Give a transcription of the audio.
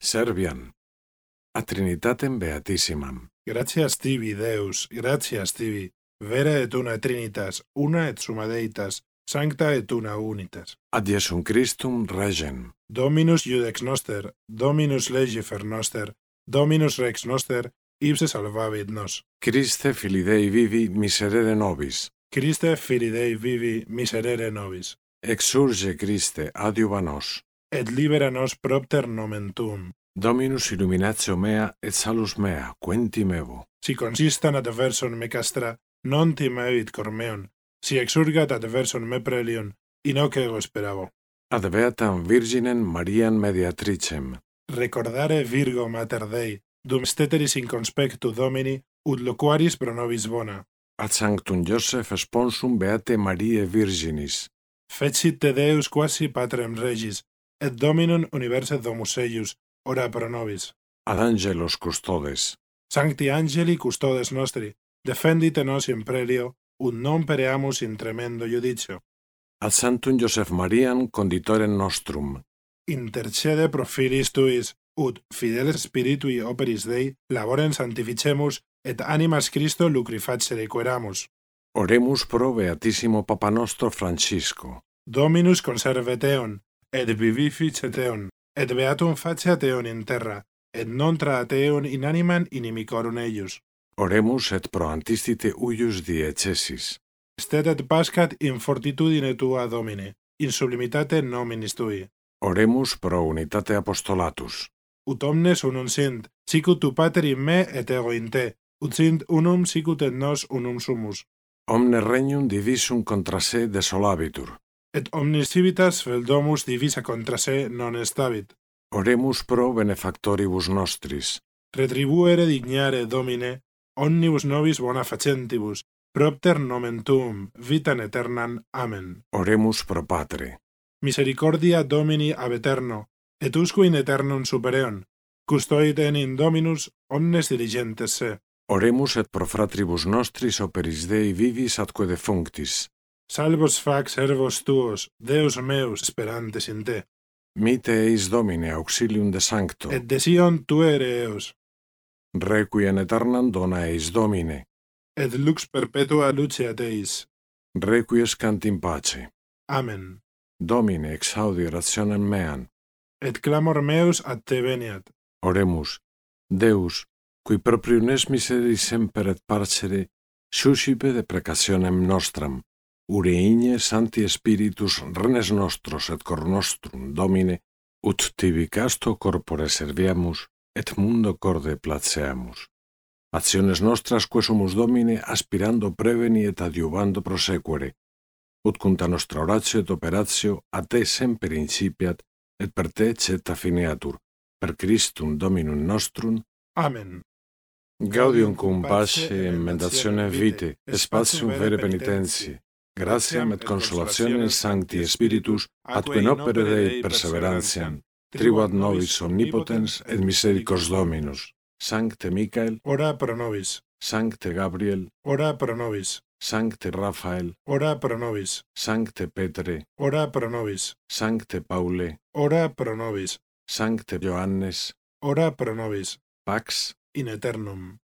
Serviam. A Trinitatem Beatissimam. Gratias tibi, Deus, gratias tibi, vera et una trinitas, una et summa deitas, sancta et una unitas. Ad Iesum Christum regem. Dominus iudex noster, Dominus legifer noster, Dominus rex noster, ipse salvavit nos. Christe fili Dei vivi miserere nobis. Christe fili Dei vivi miserere nobis, Exurge Christe adiuva nos. et libera nos propter nomen tuum. Dominus illuminatio mea et salus mea, quentim evo. Si consistan adversum me castra, non timevit cor meon, si exurgat adversum me prelion, inoc ego speravo. Ad Beatam Virginem Mariam Mediatricem. Recordare Virgo Mater Dei, dum steteris in conspectu Domini, ut loquaris pro nobis bona. Ad Sanctum Joseph Sponsum Beate Mariae Virginis. Fecit te Deus quasi patrem regis, et Dominum universe domus eius, ora pro nobis. Ad Angelos Custodes. Sancti Angeli custodes nostri, defendite nos in prelio, ut non pereamus in tremendo judicio. Ad Sanctum Joseph Mariam Conditorem Nostrum. Intercede pro filis tuis, ut fideles spiritui operis Dei laborem santificemus et animas Christo lucrifacere queramus. Oremus pro Beatissimo Papa Nostro Francisco. Dominus conserve teon, et vivifice teon, et beatum facia teon in terra, et non tra teon in animam inimicorum eius. Oremus et pro antistite uius diecesis. Stet et pascat in fortitudine tua, Domine, in sublimitate nominis tui. Oremus pro unitate apostolatus. Ut omnes unum sint, sicut tu pater in me et ego in te, ut sint unum sicut et nos unum sumus, Omne regnum divisum contra se desolabitur. et omnis civitas feldomus divisa contra se non estabit. Oremus pro benefactoribus nostris. Retribuere dignare, Domine, omnibus nobis bona facentibus, propter nomen tuum, vitam aeternam. Amen. Oremus pro Patre. Misericordia Domini ab eterno, et usque in aeternum supereon, custoid enim Dominus omnes diligentes se. Oremus et pro fratribus nostris operis Dei vivis atque defunctis. Salvos fac servos tuos, Deus meus sperantes in te, Mite eis Domine auxilium de sancto. et de Sion tuere eos, Requiem aeternam dona eis Domine. et lux perpetua lucia teis. Requiescant in pace. Amen. Domine exaudi rationem meam. Et clamor meus ad te veniat, Oremus. Deus, cui proprium es miseri semper et parcere, suscipe deprecationem nostram. Ure igne santi spiritus renes nostros et cor nostrum, Domine, ut tibi casto corpore serviamus, et mundo corde placeamus. Acciones nostras que sumus Domine, aspirando preveni et adiuvando prosequere, ut cunta nostra oratio et operatio a te semper incipiat, et per te cetta fineatur, per Christum Dominum nostrum, Amen. Gaudium cum pace et mendatione vite, et spatium vere penitentie, gratiam et consolationem sancti spiritus, atque in opere Dei perseverantiam, tribuat nobis omnipotens et misericors Dominus, Sancte Michael, Ora pro nobis, Sancte Gabriel, ora pro nobis, Sancte Raphael, ora pro nobis, Sancte Petre, ora pro nobis, Sancte Paule, ora pro nobis, Sancte Johannes, ora pro nobis, Pax, in aeternum.